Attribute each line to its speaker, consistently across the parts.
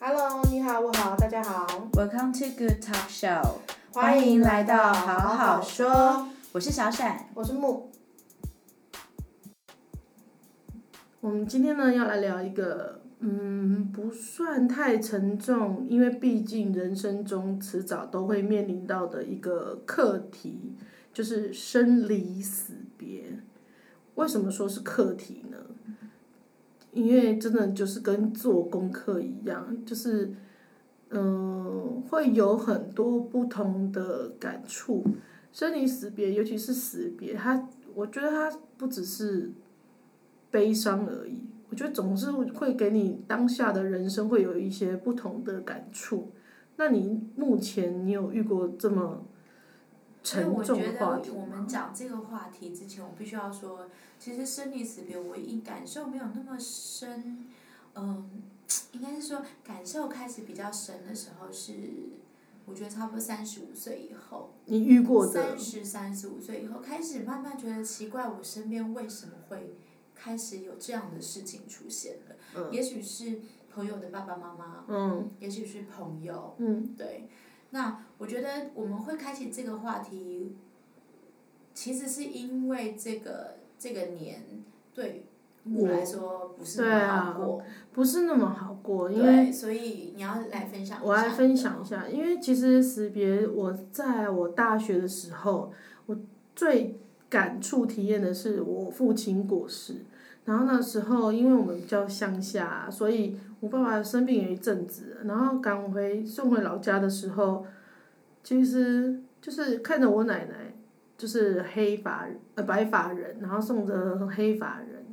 Speaker 1: Hello，你好，我好，大家好，
Speaker 2: Welcome to Good Talk Show，
Speaker 1: 欢迎来到好好说，
Speaker 2: 我是小闪。
Speaker 1: 我是木。我们今天呢要来聊一个，嗯，不算太沉重，因为毕竟人生中迟早都会面临到的一个课题，就是生离死别。为什么说是课题呢？因为真的就是跟做功课一样，就是，嗯、会有很多不同的感触。生离死别，尤其是死别，它我觉得它不只是悲伤而已，我觉得总是会给你当下的人生会有一些不同的感触。那你目前你有遇过这么沉
Speaker 3: 我
Speaker 1: 重
Speaker 3: 觉
Speaker 1: 的
Speaker 3: 得
Speaker 1: 话题
Speaker 3: 哎我
Speaker 1: 吗
Speaker 3: 们？讲这个话题之前，我必须要说，其实生离死别，我应感受没有那么深，嗯，应该是说感受开始比较深的时候是，我觉得差不多三十五岁以后，
Speaker 1: 你遇过的
Speaker 3: 三十三十五岁以后开始慢慢觉得奇怪，我身边为什么会开始有这样的事情出现了？
Speaker 1: 嗯
Speaker 3: 也许是朋友的爸爸妈妈，
Speaker 1: 嗯
Speaker 3: 也许是朋友，
Speaker 1: 嗯
Speaker 3: 对，那我觉得我们会开启这个话题，其实是因为这个这个年对我来说不是
Speaker 1: 对
Speaker 3: 那
Speaker 1: 啊
Speaker 3: 么好过，
Speaker 1: 不是那么好过，因为
Speaker 3: 对，所以你要来分享一下。
Speaker 1: 我来分享一下，因为其实识别我在我大学的时候，我最感触体验的是我父亲过世。然后那时候，因为我们比较乡下，所以我爸爸生病有一阵子，然后赶回送回老家的时候，其实就是看着我奶奶，就是黑发呃白发人，然后送着黑发人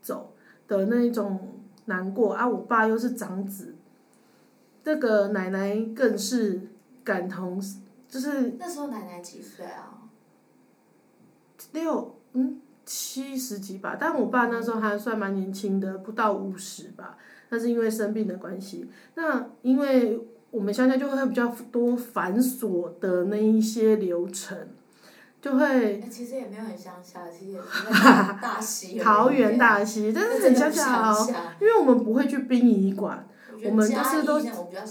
Speaker 1: 走的那一种难过啊。我爸又是长子，这个奶奶更是感同，就是
Speaker 3: 那时候奶奶几岁啊？
Speaker 1: 六嗯七十几吧，但我爸那时候还算蛮年轻的，不到五十吧。那是因为生病的关系。那因为我们乡下就会比较多繁琐的那一些流程，就会
Speaker 3: 哎其实也没有很乡下，其实也是在大溪有
Speaker 1: 桃
Speaker 3: 一
Speaker 1: 园
Speaker 3: 点，
Speaker 1: 大溪，但是 很乡下哦，
Speaker 3: 下。
Speaker 1: 因为我们不会去殡仪馆。
Speaker 3: 觉得
Speaker 1: 我们都
Speaker 3: 嘉
Speaker 1: 是
Speaker 3: 义
Speaker 1: 都
Speaker 3: 那种比较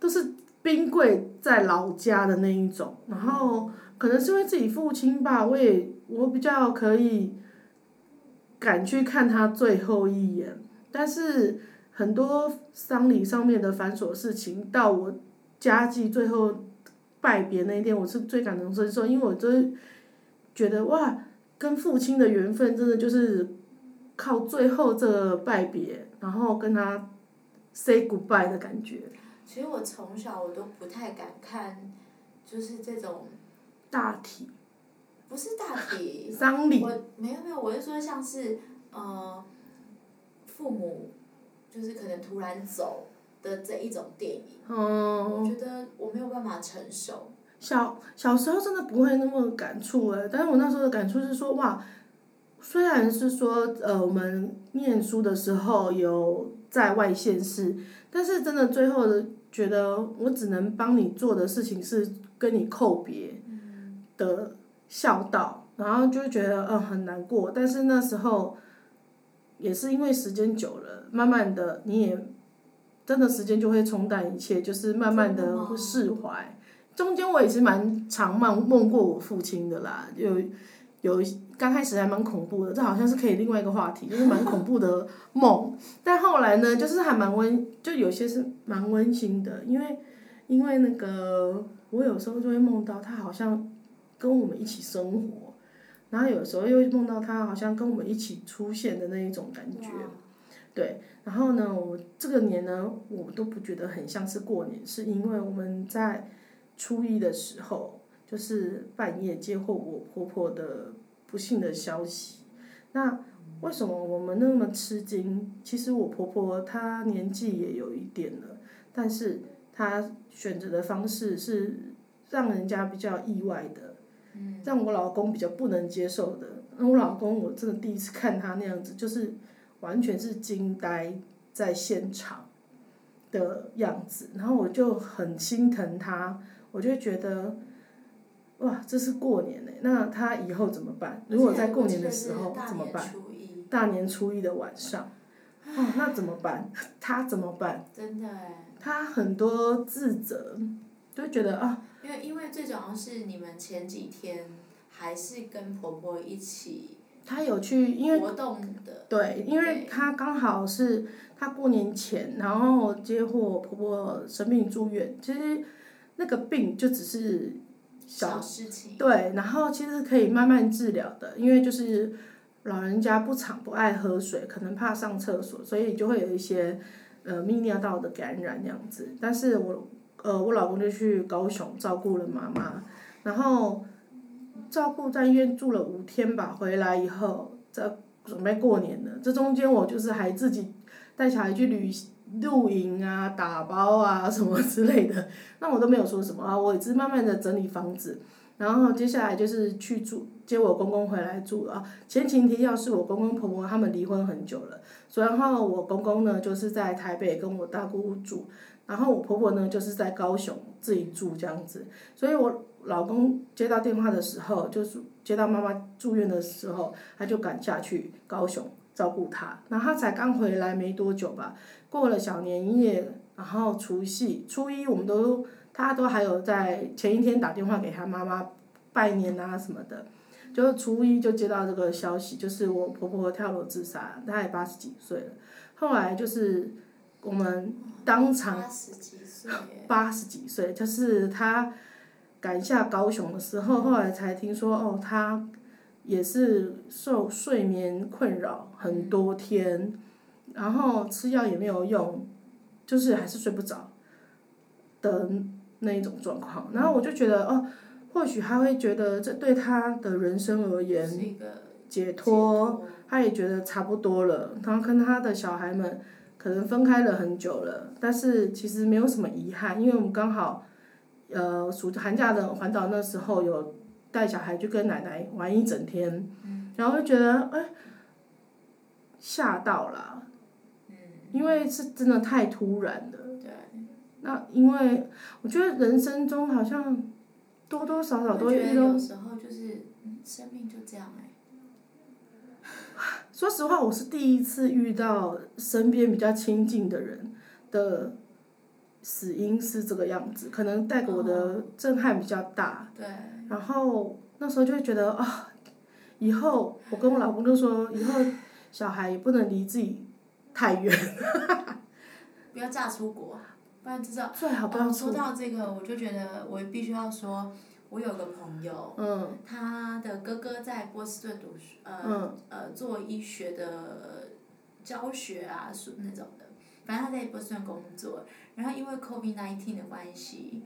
Speaker 1: 都是冰柜在老家的那一种，然后可能是因为自己父亲吧，我也我比较可以敢去看他最后一眼，但是很多丧礼上面的繁琐事情，到我家祭最后拜别那一天，我是最感同身受，因为我就是觉得哇，跟父亲的缘分真的就是靠最后这个拜别，然后跟他 say goodbye 的感觉。
Speaker 3: 其实我从小我都不太敢看，就是这种
Speaker 1: 大体
Speaker 3: 不是大体，
Speaker 1: 丧礼，
Speaker 3: 我没有没有，我是说像是呃，父母就是可能突然走的这一种电影，我
Speaker 1: 嗯，
Speaker 3: 觉得我没有办法承受。
Speaker 1: 小小时候真的不会那么感触哎、但是我那时候的感触是说，哇，虽然是说呃我们念书的时候有在外县市，但是真的最后的觉得我只能帮你做的事情是跟你扣别的孝道，然后就会觉得嗯很难过，但是那时候也是因为时间久了，慢慢的你也真的时间就会冲淡一切，就是慢慢
Speaker 3: 真的
Speaker 1: 的
Speaker 3: 吗
Speaker 1: 会释怀。中间我也是蛮常梦梦过我父亲的啦，有有一刚开始还蛮恐怖的，这好像是可以另外一个话题，就是蛮恐怖的梦。但后来呢，就是还蛮温，就有些是蛮温馨的，因为因为那个我有时候就会梦到他好像跟我们一起生活，然后有时候又梦到他好像跟我们一起出现的那一种感觉。
Speaker 3: 啊
Speaker 1: 对，然后呢，我这个年呢，我都不觉得很像是过年，是因为我们在初一的时候，就是半夜接获我婆婆的不幸的消息。那为什么我们那么吃惊？其实我婆婆她年纪也有一点了，但是她选择的方式是让人家比较意外的。
Speaker 3: 嗯，
Speaker 1: 让我老公比较不能接受的。那我老公，我真的第一次看他那样子，就是完全是惊呆在现场的样子，然后我就很心疼他，我就觉得，哇，这是过年呢、欸那他以后怎么办？如果在过年的时候
Speaker 3: 而且我记得是
Speaker 1: 怎么办？
Speaker 3: 大年初一，
Speaker 1: 大年初一的晚上，哦，那怎么办？ 他怎么办？
Speaker 3: 真的哎，
Speaker 1: 他很多自责，就觉得啊，
Speaker 3: 因为因为最主要是你们前几天还是跟婆婆一起
Speaker 1: 他有去，因为
Speaker 3: 活动的，
Speaker 1: 对，因为
Speaker 3: 对
Speaker 1: 他刚好是他过年前，然后接获婆婆生病住院，其实那个病就只是小
Speaker 3: 小事情，
Speaker 1: 对，然后其实可以慢慢治疗的，因为就是老人家不常不爱喝水，可能怕上厕所，所以就会有一些呃泌尿道的感染这样子。但是我呃我老公就去高雄照顾了妈妈，然后照顾在医院住了五天吧，回来以后在准备过年了，这中间我就是还自己带小孩去旅行露营啊、打包啊什么之类的， 那我都没有说什么啊，我也是慢慢的整理房子。然后接下来就是去住接我公公回来住了啊。前情提要是我公公婆婆他们离婚很久了，所以然后我公公呢就是在台北跟我大姑住，然后我婆婆呢就是在高雄自己住这样子。所以我老公接到电话的时候，就是接到妈妈住院的时候，他就赶下去高雄照顾她。然后他才刚回来没多久吧，过了小年夜，然后除夕、初一我们都。他都还有在前一天打电话给他妈妈拜年啊什么的，就初一就接到这个消息，就是我婆婆跳楼自杀，她也八十几岁了。后来就是我们当场
Speaker 3: 八十几岁耶，
Speaker 1: 八十几岁，就是她赶下高雄的时候，后来才听说哦，她也是受睡眠困扰很多天，然后吃药也没有用，就是还是睡不着的那一种状况。然后我就觉得哦，或许她会觉得这对她的人生而言
Speaker 3: 是一个
Speaker 1: 解
Speaker 3: 解
Speaker 1: 脱。
Speaker 3: 脱，
Speaker 1: 他也觉得差不多了，然后跟他的小孩们可能分开了很久了，但是其实没有什么遗憾，因为我们刚好，呃，暑寒假的环岛那时候有带小孩去跟奶奶玩一整天，
Speaker 3: 嗯
Speaker 1: 然后就觉得哎，吓到了，因为是真的太突然了。
Speaker 3: 嗯对，
Speaker 1: 那因为我觉得人生中好像多多少少都
Speaker 3: 我
Speaker 1: 会
Speaker 3: 觉得
Speaker 1: 遇到
Speaker 3: 有时候就是嗯生命就这样哎，
Speaker 1: 说实话，我是第一次遇到身边比较亲近的人的死因是这个样子，可能带给我的震撼比较大。
Speaker 3: 对，
Speaker 1: 然后那时候就会觉得啊，以后我跟我老公就说，以后小孩也不能离自己太远，
Speaker 3: 不要嫁出国，不然知道。
Speaker 1: 最好不要
Speaker 3: 哦说
Speaker 1: 出。
Speaker 3: 到这个，我就觉得我必须要说，我有个朋友，
Speaker 1: 嗯
Speaker 3: 他的哥哥在波士顿读书，呃、
Speaker 1: 嗯
Speaker 3: 呃，做医学的教学啊，是那种的。反正他在波士顿工作，然后因为 COVID nineteen 的关系，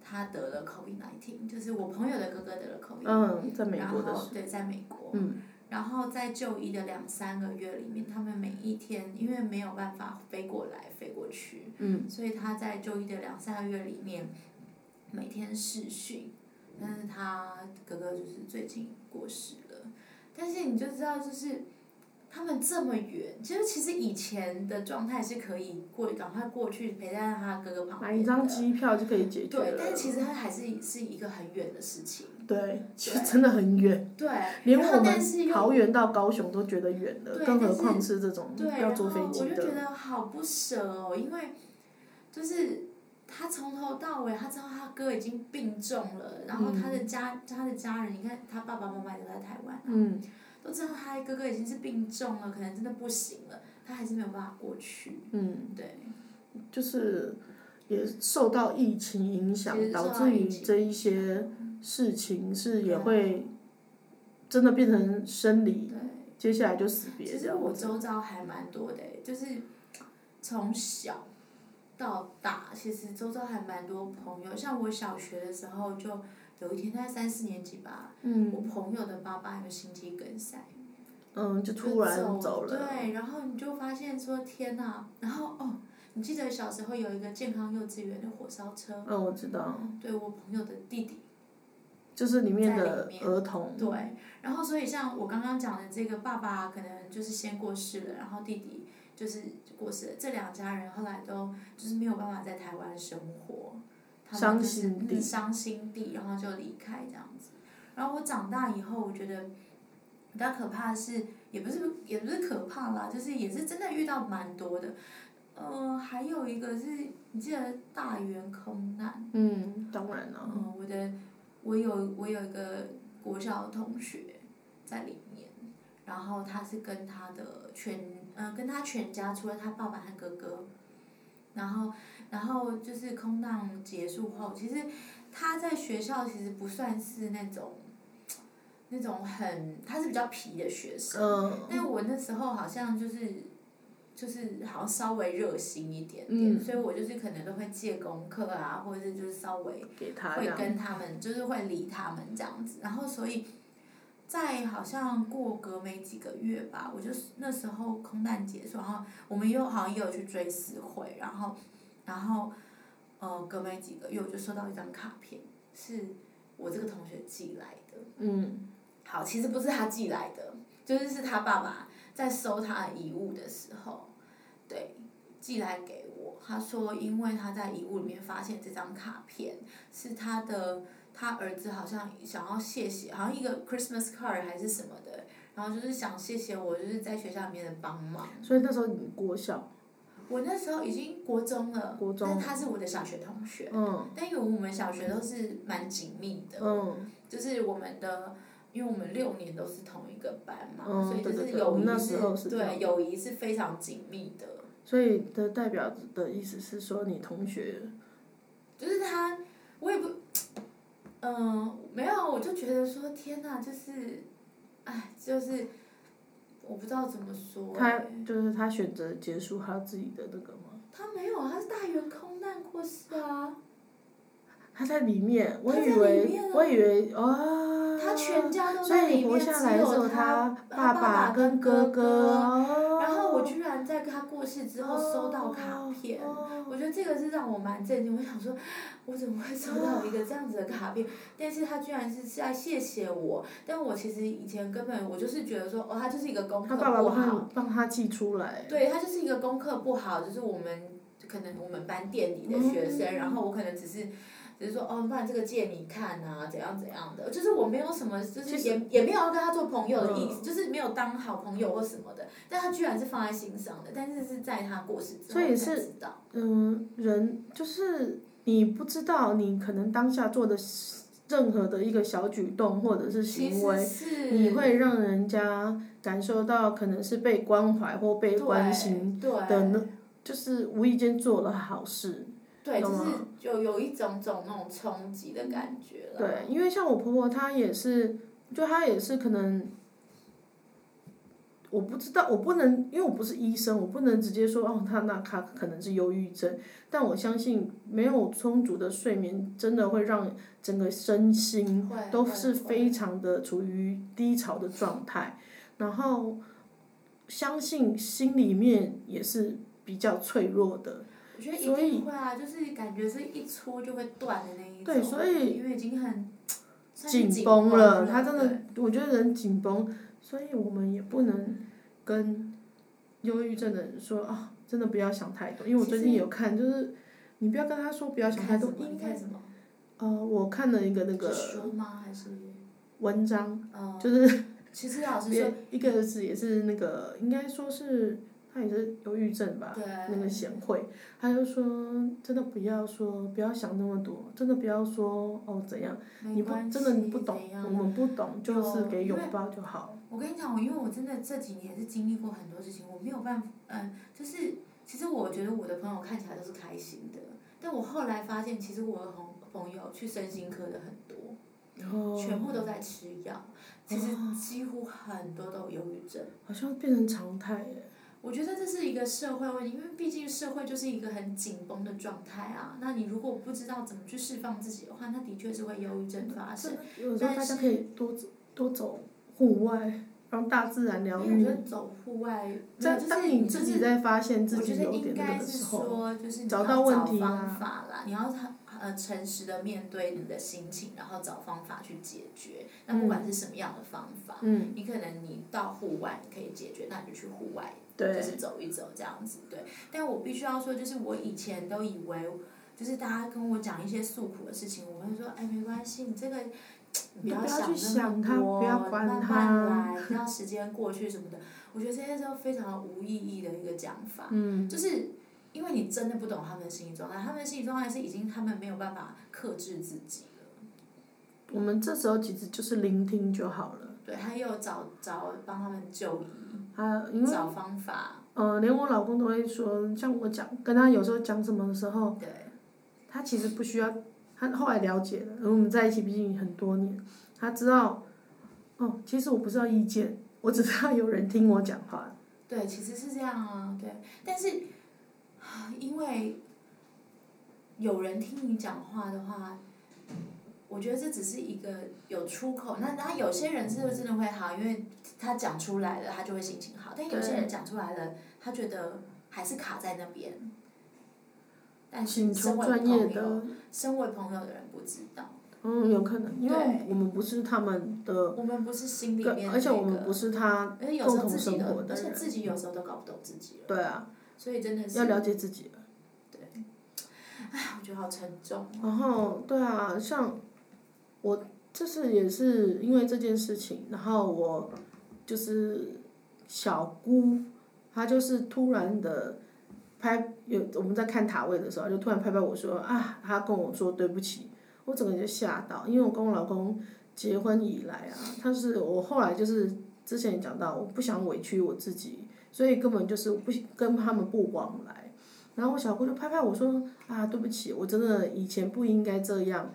Speaker 3: 他得了 COVID nineteen，就是我朋友的哥哥得了 COVID，、
Speaker 1: 嗯，在美
Speaker 3: 然
Speaker 1: 国的
Speaker 3: 后
Speaker 1: 时
Speaker 3: 对，在美国，
Speaker 1: 嗯
Speaker 3: 然后在就医的两三个月里面，他们每一天因为没有办法飞过来飞过去，
Speaker 1: 嗯，
Speaker 3: 所以他在就医的两三个月里面，每天视讯，但是他哥哥就是最近过世了，但是你就知道就是。他们这么远，就是其实以前的状态是可以过赶快过去陪在他哥哥旁
Speaker 1: 买一
Speaker 3: 边
Speaker 1: 张
Speaker 3: 的，
Speaker 1: 机票就可以解决
Speaker 3: 对
Speaker 1: 了。，
Speaker 3: 但其实他还是是一个很远的事情，
Speaker 1: 对，其实真的很远，
Speaker 3: 对，
Speaker 1: 连
Speaker 3: 然后
Speaker 1: 我们
Speaker 3: 但是又
Speaker 1: 桃园到高雄都觉得远了，
Speaker 3: 对
Speaker 1: 更何
Speaker 3: 但是
Speaker 1: 况是这种
Speaker 3: 对，然
Speaker 1: 要
Speaker 3: 后
Speaker 1: 坐飞机
Speaker 3: 我就
Speaker 1: 的。
Speaker 3: 觉得好不舍哦，因为就是他从头到尾，他知道他哥已经病重了，然后他的家、他的家人，你看他爸爸妈妈也都在台湾，啊
Speaker 1: 嗯，
Speaker 3: 都知道他哥哥已经是病重了，可能真的不行了，他还是没有办法过去。
Speaker 1: 嗯，
Speaker 3: 对，
Speaker 1: 就是也受到疫情影响
Speaker 3: 其，实受
Speaker 1: 导
Speaker 3: 到
Speaker 1: 致于
Speaker 3: 疫情
Speaker 1: 这一些事情是也会真的变成生理，
Speaker 3: 啊对，
Speaker 1: 接下来就死别
Speaker 3: 其
Speaker 1: 这
Speaker 3: 实我
Speaker 1: 样子。
Speaker 3: 周遭还蛮多的欸，就是从小到大，其实周遭还蛮多朋友，像我小学的时候就有一天，大概三四年级吧，
Speaker 1: 嗯
Speaker 3: 我朋友的爸爸有心肌梗塞，
Speaker 1: 嗯，就突然走了。
Speaker 3: 对，然后你就发现说天哪，然后哦，你记得小时候有一个健康幼稚园的火烧车，
Speaker 1: 嗯，我知道，
Speaker 3: 对我朋友的弟弟，
Speaker 1: 就是里面
Speaker 3: 在
Speaker 1: 的
Speaker 3: 里面
Speaker 1: 儿童。
Speaker 3: 对，然后所以像我刚刚讲的这个爸爸可能就是先过世了，然后弟弟就是过世了，这两家人后来都就是没有办法在台湾生活，他们就
Speaker 1: 伤
Speaker 3: 是
Speaker 1: 心地
Speaker 3: 嗯伤心地，然后就离开这样子。然后我长大以后，我觉得比较可怕的是，也不是也不是可怕啦，就是也是真的遇到蛮多的。呃，还有一个是，你记得大圆空难？
Speaker 1: 嗯，当然了、
Speaker 3: 嗯，我的我有我有一个国小同学在里面，然后他是跟他的全呃跟他全家，除了他爸爸和哥哥，然后然后就是空难结束后，其实他在学校其实不算是那种那种很他是比较皮的学生，
Speaker 1: 嗯，
Speaker 3: 但我那时候好像就是，就是好像稍微热心一点点，
Speaker 1: 嗯
Speaker 3: 所以我就是可能都会借功课啊，或者是就是稍微
Speaker 1: 给他这
Speaker 3: 会
Speaker 1: 样，
Speaker 3: 跟他们，就是会理他们这样子。然后所以，在好像过隔没几个月吧，我就是那时候空难结束，然后我们又好像也有去追思会，然后，然后，呃，隔没几个月我就收到一张卡片，是我这个同学寄来的。
Speaker 1: 嗯
Speaker 3: 好，其实不是他寄来的，就是是他爸爸在收他的遗物的时候，对，寄来给我。他说，因为他在遗物里面发现这张卡片，是他的他儿子好像想要谢谢，好像一个 Christmas card 还是什么的，然后就是想谢谢我，就是在学校里面的帮忙。
Speaker 1: 所以那时候你国小，
Speaker 3: 我那时候已经国中了，
Speaker 1: 国中
Speaker 3: 但他是我的小学同学，
Speaker 1: 嗯
Speaker 3: 但因为我们小学都是蛮紧密的，
Speaker 1: 嗯
Speaker 3: 就是我们的，因为我们六年都是同一个班嘛，
Speaker 1: 嗯
Speaker 3: 所以就
Speaker 1: 对对
Speaker 3: 是
Speaker 1: 对
Speaker 3: 友
Speaker 1: 我们
Speaker 3: 谊
Speaker 1: 那时候是这样
Speaker 3: 对友谊是非常紧密的，
Speaker 1: 所以的代表的意思是说你同学，
Speaker 3: 就是他，我也不，嗯、没有，我就觉得说天哪，就是，哎，就是，我不知道怎么说、
Speaker 1: 他
Speaker 3: 哎
Speaker 1: 就是他选择结束他自己的那个吗？
Speaker 3: 他没有，他是大员空难过世啊，
Speaker 1: 他在里面，我
Speaker 3: 他在
Speaker 1: 以
Speaker 3: 里
Speaker 1: 为
Speaker 3: 面啊
Speaker 1: 我以为啊，
Speaker 3: 他全家都
Speaker 1: 所
Speaker 3: 在
Speaker 1: 以
Speaker 3: 里
Speaker 1: 你活
Speaker 3: 面，只
Speaker 1: 下来的时候，
Speaker 3: 有
Speaker 1: 他爸
Speaker 3: 他爸
Speaker 1: 跟
Speaker 3: 哥
Speaker 1: 哥，哦
Speaker 3: 然
Speaker 1: 然
Speaker 3: 后我居然在他过世之后收到卡
Speaker 1: 哦
Speaker 3: 片。我觉得这个是让我蛮震惊，我想说，我怎么会收到一个这样子的卡
Speaker 1: 嗯
Speaker 3: 片？但是他居然是在谢谢我，但我其实以前根本我就是觉得说，哦，他就是一个功
Speaker 1: 他
Speaker 3: 课
Speaker 1: 爸爸
Speaker 3: 不
Speaker 1: 帮
Speaker 3: 好，
Speaker 1: 帮他寄出来，
Speaker 3: 对他就是一个功课不好，就是我们可能我们班垫底的学生，
Speaker 1: 嗯
Speaker 3: 然后我可能只是。只是说哦，不然这个借你看啊，怎样怎样的，就是我没有什么，就是
Speaker 1: 其实
Speaker 3: 也也没有要跟他做朋友的意思，
Speaker 1: 嗯
Speaker 3: 就是没有当好朋友或什么的，但他居然是放在心上的，但是是在他过世之后
Speaker 1: 所以
Speaker 3: 才
Speaker 1: 是
Speaker 3: 知道。
Speaker 1: 嗯，人就是你不知道，你可能当下做的任何的一个小举动或者是
Speaker 3: 其
Speaker 1: 行
Speaker 3: 实
Speaker 1: 为，
Speaker 3: 是
Speaker 1: 你会让人家感受到可能是被关怀或被关心，
Speaker 3: 对
Speaker 1: 的那就是无意间做了好事。
Speaker 3: 对，就
Speaker 1: 懂
Speaker 3: 是
Speaker 1: 吗
Speaker 3: 有有一种种那种冲击的感觉了。
Speaker 1: 对，因为像我婆婆，她也是，就她也是可能，我不知道，我不能，因为我不是医生，我不能直接说哦，她那她可能是忧郁症，但我相信没有充足的睡眠，真的会让整个身心
Speaker 3: 会
Speaker 1: 都
Speaker 3: 会
Speaker 1: 是
Speaker 3: 会
Speaker 1: 非常的处于低潮的状态，然后相信心里面也是比较脆弱的，
Speaker 3: 我觉得一
Speaker 1: 所以
Speaker 3: 定会啊，就是感觉是一戳就会断的那一种。
Speaker 1: 对所以
Speaker 3: 因为已经很算是
Speaker 1: 紧
Speaker 3: 紧
Speaker 1: 绷了，
Speaker 3: 了，
Speaker 1: 他真
Speaker 3: 对
Speaker 1: 的，我觉得人紧绷，所以我们也不能跟忧郁症的人说啊，真的不要想太多，因为我
Speaker 3: 其
Speaker 1: 最
Speaker 3: 实
Speaker 1: 近有看，就是你不要跟他说不要想太
Speaker 3: 看什
Speaker 1: 多
Speaker 3: 么，？
Speaker 1: 因
Speaker 3: 你
Speaker 1: 为
Speaker 3: 看什么？
Speaker 1: 呃，我看了一个那
Speaker 3: 是
Speaker 1: 个
Speaker 3: 书吗？还是
Speaker 1: 文章，
Speaker 3: 嗯？
Speaker 1: 就是
Speaker 3: 其实老师说
Speaker 1: 别，一个是也是那个应该说是他也是忧郁症吧，
Speaker 3: 对
Speaker 1: 那个贤惠，他就说真的不要说不要想那么多，真的不要说哦怎样，你
Speaker 3: 没
Speaker 1: 不
Speaker 3: 关系，
Speaker 1: 真的你不懂
Speaker 3: 怎，
Speaker 1: 我
Speaker 3: 样
Speaker 1: 们不懂就是
Speaker 3: 有
Speaker 1: 给
Speaker 3: 因
Speaker 1: 拥
Speaker 3: 为
Speaker 1: 抱就好。
Speaker 3: 我跟你讲，我因为我真的这几年是经历过很多事情，我没有办法，嗯，就是其实我觉得我的朋友看起来都是开心的，但我后来发现，其实我的朋朋友去身心科的很多，
Speaker 1: 然后
Speaker 3: 全部都在吃药，其实
Speaker 1: 哦
Speaker 3: 几乎很多都有忧郁症。
Speaker 1: 好像变成常态耶。
Speaker 3: 我觉得这是一个社会问题，因为毕竟社会就是一个很紧绷的状态啊。那你如果不知道怎么去释放自己的话，那的确啊是会忧郁症发生。
Speaker 1: 有时候大
Speaker 3: 但
Speaker 1: 家
Speaker 3: 是
Speaker 1: 可以多走多走户外，让大自然疗
Speaker 3: 因为我
Speaker 1: 愈
Speaker 3: 觉。得走户外，嗯没有
Speaker 1: 在
Speaker 3: 就是
Speaker 1: 当你
Speaker 3: 就
Speaker 1: 自
Speaker 3: 是
Speaker 1: 己在发现自
Speaker 3: 我
Speaker 1: 己
Speaker 3: 觉得
Speaker 1: 有点
Speaker 3: 应
Speaker 1: 那
Speaker 3: 该
Speaker 1: 个的
Speaker 3: 是
Speaker 1: 时候，
Speaker 3: 说，就是你
Speaker 1: 找
Speaker 3: 要
Speaker 1: 到问题啊
Speaker 3: 方法啦，你要很呃诚实的面对你的心情，然后找方法去解决。那不管是什么样的方法，
Speaker 1: 嗯，
Speaker 3: 你可能你到户外你可以解决，那你就去户外，就
Speaker 1: 对，
Speaker 3: 是走一走这样子。对，但我必须要说，就是我以前都以为，就是大家跟我讲一些诉苦的事情，我会说，哎，没关系，你这个不要
Speaker 1: 去
Speaker 3: 想
Speaker 1: 想它，
Speaker 3: 那么多，
Speaker 1: 不要管
Speaker 3: 慢
Speaker 1: 它。
Speaker 3: 慢来，让时间过去什么的。我觉得这些都非常无意义的一个讲法，
Speaker 1: 嗯，
Speaker 3: 就是因为你真的不懂他们的心理状态，他们的心理状态是已经他们没有办法克制自己了。
Speaker 1: 我们这时候其实就是聆听就好了。
Speaker 3: 对，还有找找帮他们就
Speaker 1: 啊，因
Speaker 3: 医，
Speaker 1: 为
Speaker 3: 找方法，
Speaker 1: 呃，连我老公都会说，像我讲跟他有时候讲什么的时候，
Speaker 3: 对，
Speaker 1: 他其实不需要，他后来了解了，我们在一起毕竟很多年，他知道，哦，其实我不是要意见，我只是要有人听我讲话。
Speaker 3: 对，其实是这样啊，对，但是啊因为有人听你讲话的话，我觉得这只是一个有出口。那那有些人是不是真的会好，因为他讲出来了，他就会心情好。但有些人讲出来了，他觉得还是卡在那边。但
Speaker 1: 请
Speaker 3: 是身
Speaker 1: 求
Speaker 3: 为
Speaker 1: 专业
Speaker 3: 朋友，
Speaker 1: 的，
Speaker 3: 身为朋友的人不知道，
Speaker 1: 嗯，有可能，因为
Speaker 3: 对
Speaker 1: 我们不是他们的，
Speaker 3: 我们不是心里面、那
Speaker 1: 跟
Speaker 3: 个，
Speaker 1: 呃而且我们不是他，
Speaker 3: 而且有时候
Speaker 1: 共同
Speaker 3: 自
Speaker 1: 生
Speaker 3: 己
Speaker 1: 活的
Speaker 3: 而且
Speaker 1: 人
Speaker 3: 自己有时候都搞不懂自己了，
Speaker 1: 对啊，
Speaker 3: 所以真的是
Speaker 1: 要了解自己。
Speaker 3: 我觉得好沉重哦。
Speaker 1: 然后对啊，像我这次也是因为这件事情，然后我就是小姑，她就是突然的拍有我们在看塔位的时候，就突然拍拍我说啊，她跟我说对不起，我整个人就吓到，因为我跟我老公结婚以来啊，他是我后来就是之前也讲到，我不想委屈我自己，所以根本就是不跟他们不往来。然后我小姑就拍拍我说啊，对不起，我真的以前不应该这样，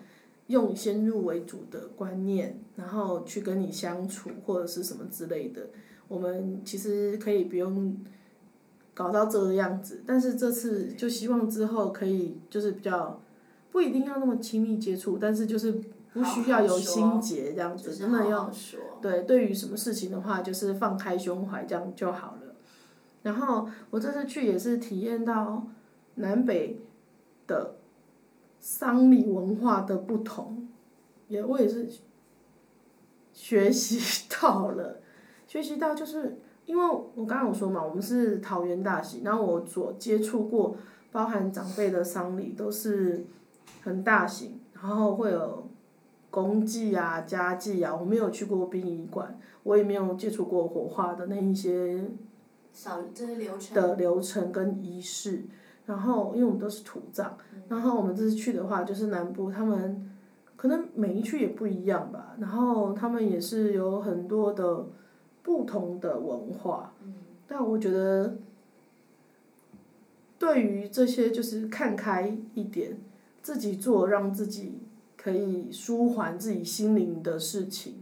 Speaker 1: 用先入为主的观念，然后去跟你相处或者是什么之类的。我们其实可以不用搞到这个样子，但是这次就希望之后可以就是比较不一定要那么亲密接触，但是就是不需要
Speaker 3: 好好
Speaker 1: 有
Speaker 3: 说
Speaker 1: 心结这样
Speaker 3: 就
Speaker 1: 子，
Speaker 3: 是
Speaker 1: 真的
Speaker 3: 好
Speaker 1: 要
Speaker 3: 好说，
Speaker 1: 对，对于什么事情的话，就是放开胸怀这样就好了。然后我这次去也是体验到南北的丧礼文化的不同，也我也是学习到了，学习到就是因为我刚刚有说嘛，我们是桃园大喜，然后我所接触过包含长辈的丧礼都是很大型，然后会有公祭啊、家祭啊，我没有去过殡仪馆，我也没有接触过火化的那一些
Speaker 3: 少这是流程。
Speaker 1: 的流程跟仪式。然后，因为我们都是土葬，然后我们这次去的话，就是南部他们可能每一区也不一样吧，然后他们也是有很多的不同的文化。但我觉得，对于这些就是看开一点，自己做让自己可以舒缓自己心灵的事情，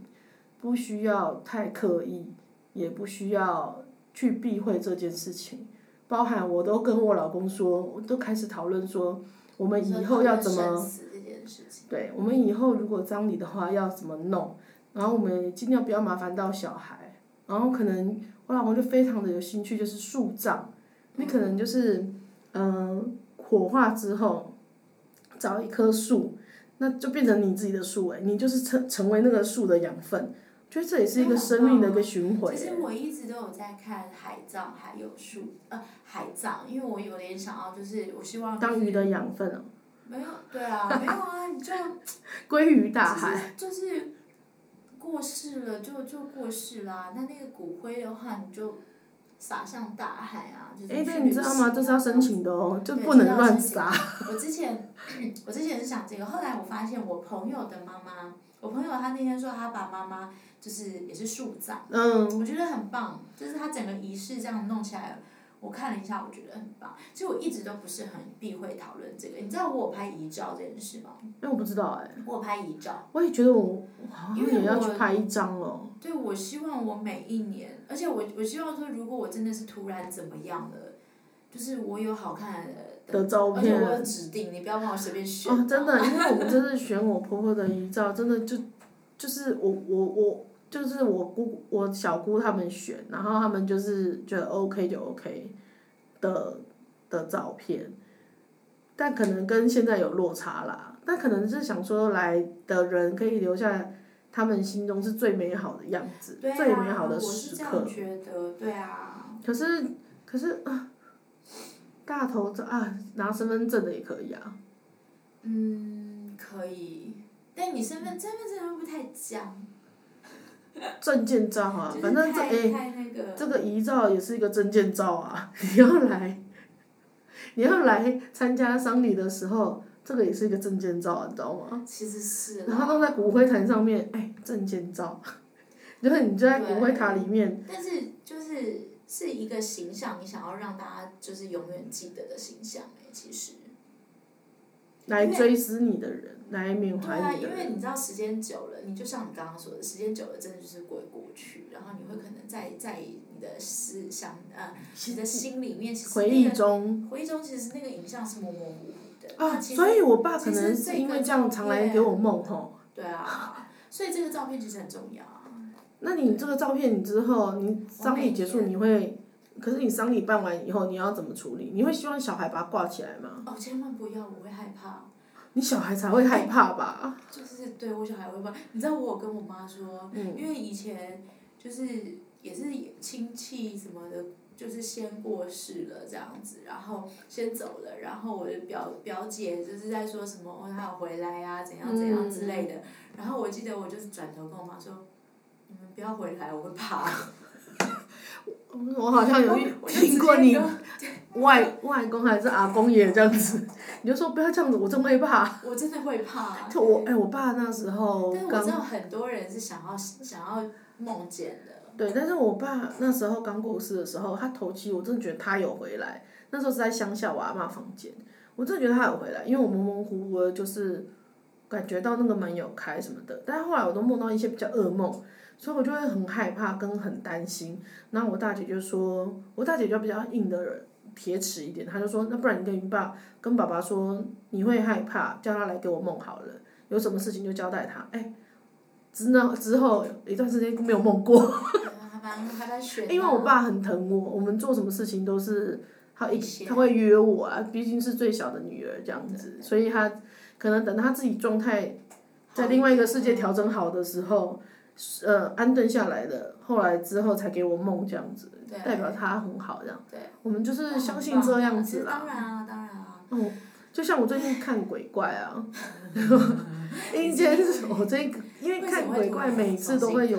Speaker 1: 不需要太刻意，也不需要去避讳这件事情。包含我都跟我老公说，我都开始讨论说，我们以后要怎么
Speaker 3: 生死这件事情？
Speaker 1: 对，我们以后如果葬礼的话要怎么弄，然后我们尽量不要麻烦到小孩，然后可能我老公就非常的有兴趣，就是树葬，你可能就是嗯、火化之后找一棵树，那就变成你自己的树哎、你就是成成为那个树的养分，觉得这也是一个生命的一个循环、
Speaker 3: 其实
Speaker 1: 欸。
Speaker 3: 我一直都有在看海葬，还有树呃海葬，因为我有点想要，就是我希望、就是、
Speaker 1: 当鱼的养分哦、
Speaker 3: 没有对啊，没有啊，你就
Speaker 1: 归于 大海。
Speaker 3: 就是过世了就就过世啦、那那个骨灰的话，你就撒向大海啊，就是
Speaker 1: 哎、
Speaker 3: 去
Speaker 1: 对，你知道吗？
Speaker 3: 旅行
Speaker 1: 这是要申
Speaker 3: 啊
Speaker 1: 请的哦、就
Speaker 3: 对
Speaker 1: 不
Speaker 3: 这
Speaker 1: 能
Speaker 3: 要
Speaker 1: 乱
Speaker 3: 申请啊
Speaker 1: 撒。
Speaker 3: 我之前我之前是想这个，后来我发现我朋友的妈妈，我朋友她那天说她爸妈妈就是也是树葬，
Speaker 1: 嗯，
Speaker 3: 我觉得很棒，就是她整个仪式这样弄起来，我看了一下，我觉得很棒。其实我一直都不是很避讳讨论这个，你知道我有拍遗照这件事吗？
Speaker 1: 那我不知道哎、
Speaker 3: 我有拍遗照，
Speaker 1: 我也觉得我我好像
Speaker 3: 因为
Speaker 1: 也要
Speaker 3: 我
Speaker 1: 去拍一张哦。
Speaker 3: 对我希望我每一年，而且我我希望说，如果我真的是突然怎么样了，就是我有好看的，
Speaker 1: 的照
Speaker 3: 而且
Speaker 1: 片啊
Speaker 3: 我有指定，你不要帮我随便选
Speaker 1: 哦，真的，因为我们这次选我婆婆的遗照，真的就就是我我我就是我姑我小姑他们选，然后他们就是觉得 OK 就 OK 的的照片，但可能跟现在有落差啦。但可能是想说来的人可以留下他们心中是最美好的样子，
Speaker 3: 对啊，
Speaker 1: 最美好的
Speaker 3: 我是
Speaker 1: 时
Speaker 3: 这
Speaker 1: 刻
Speaker 3: 样。觉得，对啊，
Speaker 1: 可是可是啊，大头照啊，拿身份证的也可以啊。
Speaker 3: 嗯，可以，但你身份身份证会不会太僵？
Speaker 1: 证件照啊
Speaker 3: 就，是
Speaker 1: 反正这
Speaker 3: 太
Speaker 1: 哎、
Speaker 3: 太那个。
Speaker 1: 这个遗照也是一个证件照啊， 你要来，你要来参加丧礼的时候，这个也是一个证件照啊，你知道吗？
Speaker 3: 其实是
Speaker 1: 然后
Speaker 3: 啦，
Speaker 1: 弄在骨灰坛上面，哎，证件照， 就是你就在骨灰塔里面，
Speaker 3: 但是就是是一个形象，你想要让大家就是永远记得的形象哎、其实。
Speaker 1: 来追思你的人，来缅
Speaker 3: 对啊，
Speaker 1: 怀你的
Speaker 3: 因为
Speaker 1: 人，
Speaker 3: 你知道时间久了，你就像你刚刚说的，时间久了真的就是过过去，然后你会可能在在你的思想呃你的心里面，其实
Speaker 1: 回
Speaker 3: 那
Speaker 1: 忆
Speaker 3: 个
Speaker 1: 中
Speaker 3: 回忆中其实那个影像是模模糊糊的。
Speaker 1: 啊，
Speaker 3: 那其实
Speaker 1: 所以我爸可
Speaker 3: 其实
Speaker 1: 能
Speaker 3: 这
Speaker 1: 是
Speaker 3: 个
Speaker 1: 因为这样常来给我梦吼。
Speaker 3: 对啊，所以这个照片其实很重要啊。
Speaker 1: 那你这个照片，你之后你丧礼结束，
Speaker 3: 我每
Speaker 1: 你会，可是你丧礼办完以后，你要怎么处理？你会希望小孩把它挂起来吗？
Speaker 3: 哦，千万不要，我会害怕。
Speaker 1: 你小孩才会害怕吧？
Speaker 3: 就是对我小孩会帮，你知道我有跟我妈说，
Speaker 1: 嗯
Speaker 3: 因为以前就是也是亲戚什么的，就是先过世了这样子，然后先走了，然后我的表表姐就是在说什么哦，她有回来啊，怎样怎样之
Speaker 1: 嗯
Speaker 3: 类的，然后我记得我就是转头跟我妈说，你们不要回来，我会怕。
Speaker 1: 我好像有遇
Speaker 3: 我就直接
Speaker 1: 听过你
Speaker 3: 跟
Speaker 1: 外外公还是阿公也这样子，你就说不要这样子，我真会怕。
Speaker 3: 我真的会怕。
Speaker 1: 就我哎、我爸那时候
Speaker 3: 但是我
Speaker 1: 刚
Speaker 3: 知道很多人是想要想要梦见 的，
Speaker 1: 对，但是我爸那时候刚过世的时候，他头七，我真的觉得他有回来。那时候是在乡下我阿妈房间，我真的觉得他有回来，因为我模模糊糊的，就是感觉到那个门有开什么的。但是后来我都梦到一些比较噩梦，所以我就会很害怕跟很担心。然后我大姐就说，我大姐就比较硬的人，铁齿一点，她就说，那不然你跟你爸跟爸爸说你会害怕，叫他来给我梦好了，有什么事情就交代他。哎、之那之后一段时间没有梦过。
Speaker 3: 还蛮还蛮悬的啊。
Speaker 1: 因为我爸很疼我，我们做什么事情都是他一
Speaker 3: 一起
Speaker 1: 他会约我啊，毕竟是最小的女儿这样子，所以他可能等他自己状态在另外一个世界调整好的时候，呃，安顿下来的，后来之后才给我梦这样子，
Speaker 3: 对
Speaker 1: 代表他很好这样。
Speaker 3: 对，哦
Speaker 1: 我们就是相信这样子啦。哦
Speaker 3: 当然啊，当然啊。
Speaker 1: 就像我最近看鬼怪 啊，因为我最近因为看鬼怪每次都会有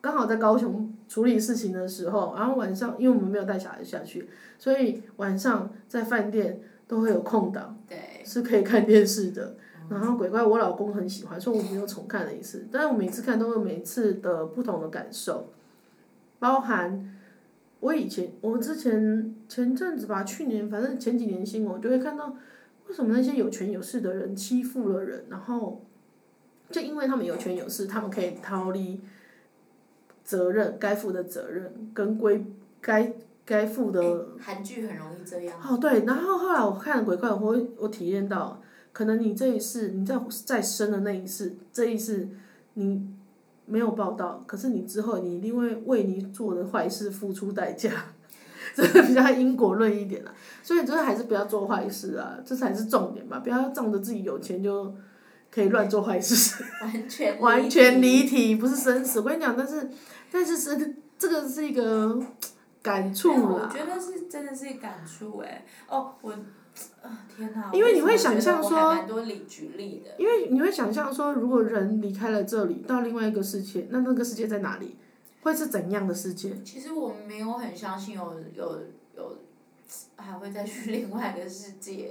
Speaker 1: 刚好在高雄处理事情的时候，然后晚上因为我们没有带小孩下去，所以晚上在饭店都会有空档，
Speaker 3: 对，
Speaker 1: 是可以看电视的。然后鬼怪我老公很喜欢，所以我们又重看了一次。但是我每次看都有每次的不同的感受，包含我以前我之前前阵子吧，去年反正前几年新闻，我就会看到为什么那些有权有势的人欺负了人，然后就因为他们有权有势，他们可以逃离责任该负的责任跟归该该负的
Speaker 3: 哎韩剧很容易这样。
Speaker 1: 哦，对，然后后来我看了鬼怪，我会我体验到，可能你这一世，你在再生的那一世，这一世你没有报道，可是你之后你一定会为你做的坏事付出代价， 这个比较因果论一点啦。所以就是还是不要做坏事啊，这才是重点吧，不要仗着自己有钱就可以乱做坏事。
Speaker 3: 完全离
Speaker 1: 完全离题，不是生死。我跟你讲，但是但是是这个是一个感触
Speaker 3: 我
Speaker 1: 啦，
Speaker 3: 觉得是真的是感触哎、哦，我，啊天哪！
Speaker 1: 因为你
Speaker 3: 我
Speaker 1: 会
Speaker 3: 怎么
Speaker 1: 想象
Speaker 3: 觉得
Speaker 1: 说
Speaker 3: 我还蛮多例举例的，
Speaker 1: 因为你会想象说，如果人离开了这里，到另外一个世界，那那个世界在哪里？会是怎样的世界？
Speaker 3: 其实我没有很相信有有有还会再去 另外一个世界。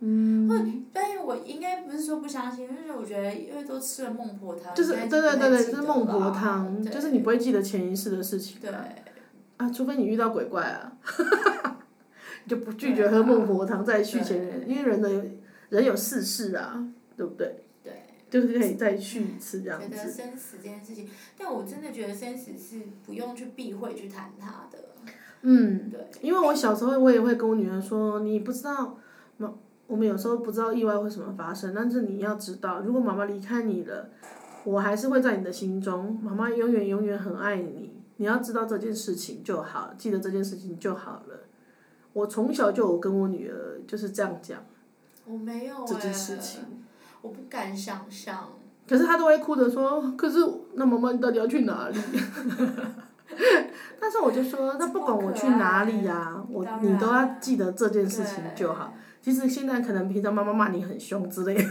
Speaker 1: 嗯，
Speaker 3: 但是我应该不是说不相信，就是我觉得因为都吃了孟婆汤，
Speaker 1: 就是
Speaker 3: 应该
Speaker 1: 对对
Speaker 3: 不
Speaker 1: 对
Speaker 3: 太
Speaker 1: 对，
Speaker 3: 记
Speaker 1: 就是
Speaker 3: 得
Speaker 1: 孟婆
Speaker 3: 吧
Speaker 1: 汤，
Speaker 3: 对
Speaker 1: 就是你不会记得前一世的事情
Speaker 3: 对，
Speaker 1: 啊，除非你遇到鬼怪啊， 你就不拒绝喝孟婆汤再续前人，因为人的人有世事啊，对不对？
Speaker 3: 对。
Speaker 1: 就是可以再续一次这样
Speaker 3: 觉
Speaker 1: 子
Speaker 3: 得。生死这件事情，但我真的觉得生死是不用去避讳去谈它的。
Speaker 1: 嗯，
Speaker 3: 对，
Speaker 1: 因为我小时候我也会跟我女儿说，你不知道妈，我们有时候不知道意外会什么发生，但是你要知道，如果妈妈离开你了，我还是会在你的心中，妈妈永远永远很爱你。你要知道这件事情就好，记得这件事情就好了。我从小就有跟我女儿就是这样讲
Speaker 3: 我没有、欸、
Speaker 1: 这件事情，，
Speaker 3: 我不敢想象。
Speaker 1: 可是她都会哭着说：“可是那妈妈你到底要去哪里？” 但是我就说，那不管我去哪里呀、我
Speaker 3: 啊当然
Speaker 1: 你都要记得这
Speaker 3: 这
Speaker 1: 件事情就好。其实现在可能平常妈妈骂你很凶之类的，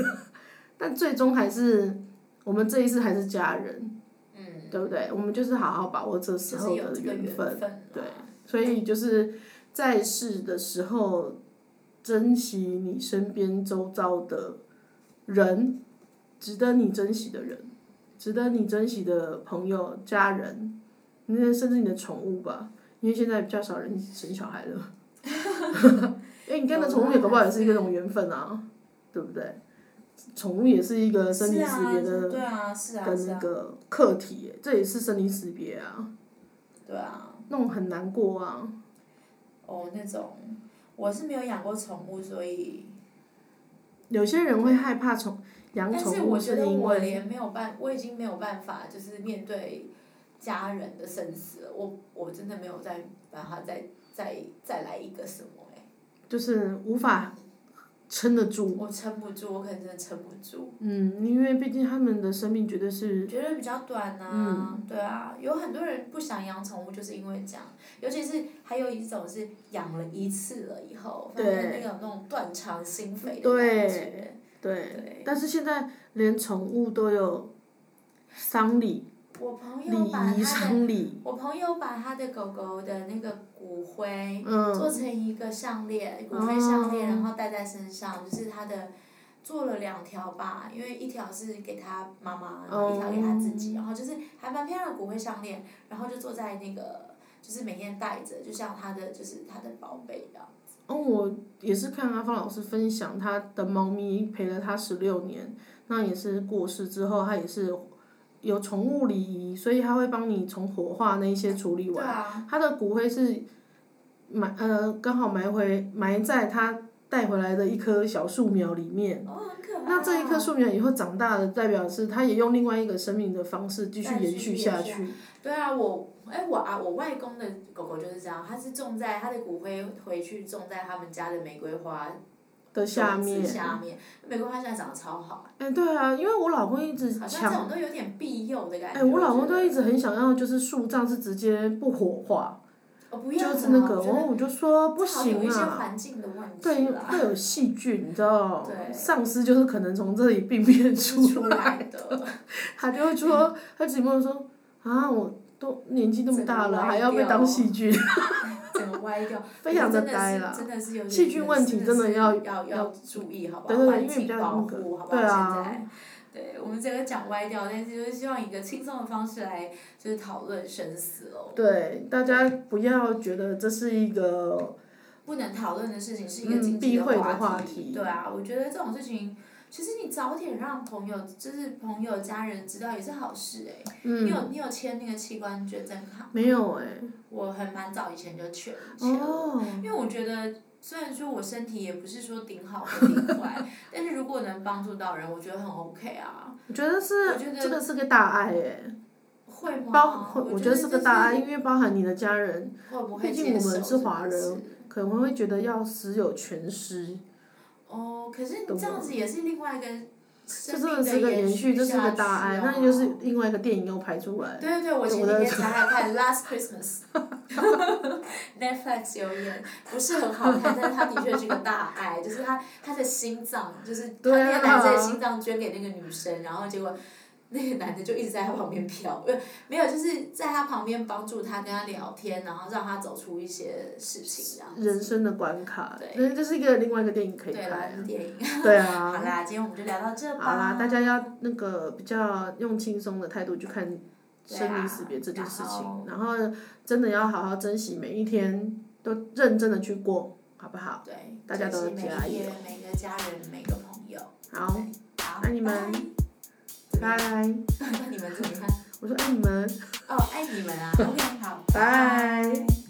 Speaker 1: 但最终还是我们这一次还是家人，
Speaker 3: 嗯，
Speaker 1: 对不对？我们就是好好把握这时
Speaker 3: 就是
Speaker 1: 候
Speaker 3: 有
Speaker 1: 的
Speaker 3: 这个
Speaker 1: 缘
Speaker 3: 缘
Speaker 1: 分，
Speaker 3: 分，
Speaker 1: 对，所以就是在世的时候，珍惜你身边周遭的人，值得你珍惜的人，值得你珍惜的朋友、家人，那甚至你的宠物吧，因为现在比较少人生小孩了。 因为你跟的宠物也搞不好也是一个种缘分啊，对不对？宠物也是一个生离死别的
Speaker 2: 对啊，是啊，
Speaker 1: 跟
Speaker 2: 是
Speaker 1: 那
Speaker 2: 啊，
Speaker 1: 个课题耶、这也是生离死别啊。
Speaker 2: 对啊。
Speaker 1: 那种很难过啊。
Speaker 3: 哦，那种我是没有养过宠物，所以，
Speaker 1: 有些人会害怕宠养
Speaker 3: 但是
Speaker 1: 宠物，
Speaker 3: 我觉
Speaker 1: 是
Speaker 3: 得
Speaker 1: 因
Speaker 3: 我
Speaker 1: 为
Speaker 3: 连没有办，我已经没有办法，就是面对家人的生死了，我我真的没有再把它再再再来一个什么哎、
Speaker 1: 就是无法撑得住。
Speaker 3: 我撑不住，我可能真的撑不住，
Speaker 1: 嗯，因为毕竟他们的生命绝对是
Speaker 3: 觉得比较短呐、
Speaker 1: 嗯
Speaker 3: 对啊，有很多人不想养宠物，就是因为这样，尤其是还有一种是养了一次了以后，反正
Speaker 1: 对嗯
Speaker 3: 那种那种断肠心扉的
Speaker 1: 对
Speaker 3: 感觉，
Speaker 1: 对。
Speaker 3: 对。
Speaker 1: 但是现在连宠物都有丧礼、
Speaker 3: 我朋
Speaker 1: 礼
Speaker 3: 友把
Speaker 1: 仪
Speaker 3: 他的
Speaker 1: 丧礼，
Speaker 3: 我朋友把他的狗狗的那个骨灰做
Speaker 1: 嗯，
Speaker 3: 成一个项链，骨灰项链，
Speaker 1: 哦
Speaker 3: 然后戴在身上，就是他的做了两条吧，因为一条是给他妈妈，然后一条给他自
Speaker 1: 哦
Speaker 3: 己，然后就是还蛮漂亮的骨灰项链，然后就坐在那个就是每天戴着，就像他的就是他的宝贝一样。
Speaker 1: 哦，我也是看阿芳老师分享，他的猫咪陪了他十六年，那也是过世之后，他也是有宠物礼仪，所以他会帮你从火化那一些处理
Speaker 3: 对
Speaker 1: 完。
Speaker 3: 啊，
Speaker 1: 他的骨灰是埋呃刚好埋回埋在他带回来的一棵小树苗里面。
Speaker 3: 哦，很可爱啊。
Speaker 1: 那这一棵树苗以后长大了，代表是他也用另外一个生命的方式继续延续下
Speaker 3: 再继续
Speaker 1: 去。
Speaker 3: 对啊，我哎、我啊，我外公的狗狗就是这样，它是种在它的骨灰回去种在他们家的玫瑰花
Speaker 1: 的下
Speaker 3: 种
Speaker 1: 面
Speaker 3: 子，下面玫瑰花现在长得超好，
Speaker 1: 哎、对啊，因为我老公一直
Speaker 3: 好像这
Speaker 1: 抢，
Speaker 3: 种都有点庇佑的感
Speaker 1: 哎、
Speaker 3: 觉。
Speaker 1: 我老公
Speaker 3: 觉
Speaker 1: 就
Speaker 3: 得
Speaker 1: 一直很想要，就是树葬是直接不火化，
Speaker 3: 哦不要
Speaker 1: 就是那
Speaker 3: 啦
Speaker 1: 个，
Speaker 3: 我觉
Speaker 1: 然
Speaker 3: 得
Speaker 1: 后我就说不
Speaker 3: 好像有
Speaker 1: 行
Speaker 3: 一些
Speaker 1: 啊。
Speaker 3: 环境的问
Speaker 1: 对，
Speaker 3: 题啦，
Speaker 1: 会有细菌，你知道，
Speaker 3: 对
Speaker 1: 丧尸就是可能从这里病变出来。
Speaker 3: 出来的，
Speaker 1: 他就会说，他只跟我说啊，我都年纪那么大
Speaker 3: 嗯整个
Speaker 1: 了，
Speaker 3: 歪
Speaker 1: 还要被当细菌，
Speaker 3: 整个歪掉，
Speaker 1: 非常
Speaker 3: 的
Speaker 1: 的呆啦。
Speaker 3: 真的是有点
Speaker 1: 细菌问题真的要
Speaker 3: 真的是要
Speaker 1: 要
Speaker 3: 要注意，好不
Speaker 1: 对
Speaker 3: 好？
Speaker 1: 对对
Speaker 3: 环
Speaker 1: 因为比
Speaker 3: 境
Speaker 1: 较
Speaker 3: 保
Speaker 1: 那个
Speaker 3: 护，好不好？
Speaker 1: 对啊
Speaker 3: 现在。对我们整个讲歪掉，但是就是希望以一个轻松的方式来，就是讨论生死哦。
Speaker 1: 对，大家不要觉得这是一个，
Speaker 3: 不能讨论的事情是一个
Speaker 1: 嗯
Speaker 3: 禁忌
Speaker 1: 避讳的
Speaker 3: 话
Speaker 1: 话题
Speaker 3: 对啊，我觉得这种事情，其实你早点让朋友，就是朋友家人知道也是好事哎、你
Speaker 1: 嗯，
Speaker 3: 有你有签那个器官捐赠卡？
Speaker 1: 没有哎、
Speaker 3: 我很蛮早以前就签签了，
Speaker 1: 哦，
Speaker 3: 因为我觉得虽然说我身体也不是说顶好或顶坏，但是如果能帮助到人，我觉得很 OK 啊。
Speaker 1: 我觉得是
Speaker 3: 我觉得
Speaker 1: 这个是个大爱哎、
Speaker 3: 会吗？
Speaker 1: 包会
Speaker 3: 我
Speaker 1: 我觉得是个大爱，
Speaker 3: 就是
Speaker 1: 因为包含你的家人
Speaker 3: 会不会
Speaker 1: 毕竟
Speaker 3: 接
Speaker 1: 我
Speaker 3: 受
Speaker 1: 们是华人
Speaker 3: 这件事
Speaker 1: 可能会觉得要死有全尸，
Speaker 3: 哦，可是你
Speaker 1: 懂
Speaker 3: 这样
Speaker 1: 吗
Speaker 3: 子也是另外一个
Speaker 1: 这
Speaker 3: 生
Speaker 1: 真的
Speaker 3: 命
Speaker 1: 是个延
Speaker 3: 延
Speaker 1: 续，这是个
Speaker 3: 下
Speaker 1: 大爱，
Speaker 3: 去
Speaker 1: 那
Speaker 3: 哦
Speaker 1: 就是另外一个电影又拍出来，
Speaker 3: 对对对，我前几天才来看《Last Christmas》，Netflix 有演，不是很好看，但是它的确是个大爱，就是他他的心脏，就是他
Speaker 1: 对啊
Speaker 3: 那个男生的心脏捐给那个女生，然后结果。那个男的就一直在他旁边飘，呃，没有，就是在他旁边帮助他，跟他聊天，然后让他走出一些事情，这样
Speaker 1: 人
Speaker 3: 子。
Speaker 1: 生的关卡，
Speaker 3: 对
Speaker 1: 那这是一个另外一个电影可以
Speaker 3: 对
Speaker 1: 拍
Speaker 3: 啦
Speaker 1: 啊，，
Speaker 3: 电影。
Speaker 1: 对
Speaker 3: 好
Speaker 1: 啊。
Speaker 3: 啦，今天我们就聊到这吧。
Speaker 1: 好啦，大家要那个比较用轻松的态度去看
Speaker 3: 对
Speaker 1: 生
Speaker 3: 啊
Speaker 1: 离死别这件事情，然
Speaker 3: 然
Speaker 1: 后真的要好好珍惜每一天，都认真的去过，好不好？
Speaker 3: 对，
Speaker 1: 大家都
Speaker 3: 珍惜
Speaker 1: 加
Speaker 3: 每一
Speaker 1: 油
Speaker 3: 天，每个家人，每个朋友。
Speaker 1: 好，
Speaker 3: 对好，
Speaker 1: 爱你们
Speaker 3: 拜
Speaker 1: 拜。
Speaker 3: 那你们怎么看？
Speaker 1: 我说爱你们，
Speaker 3: 哎哦，爱你们啊。OK，好，
Speaker 1: 拜。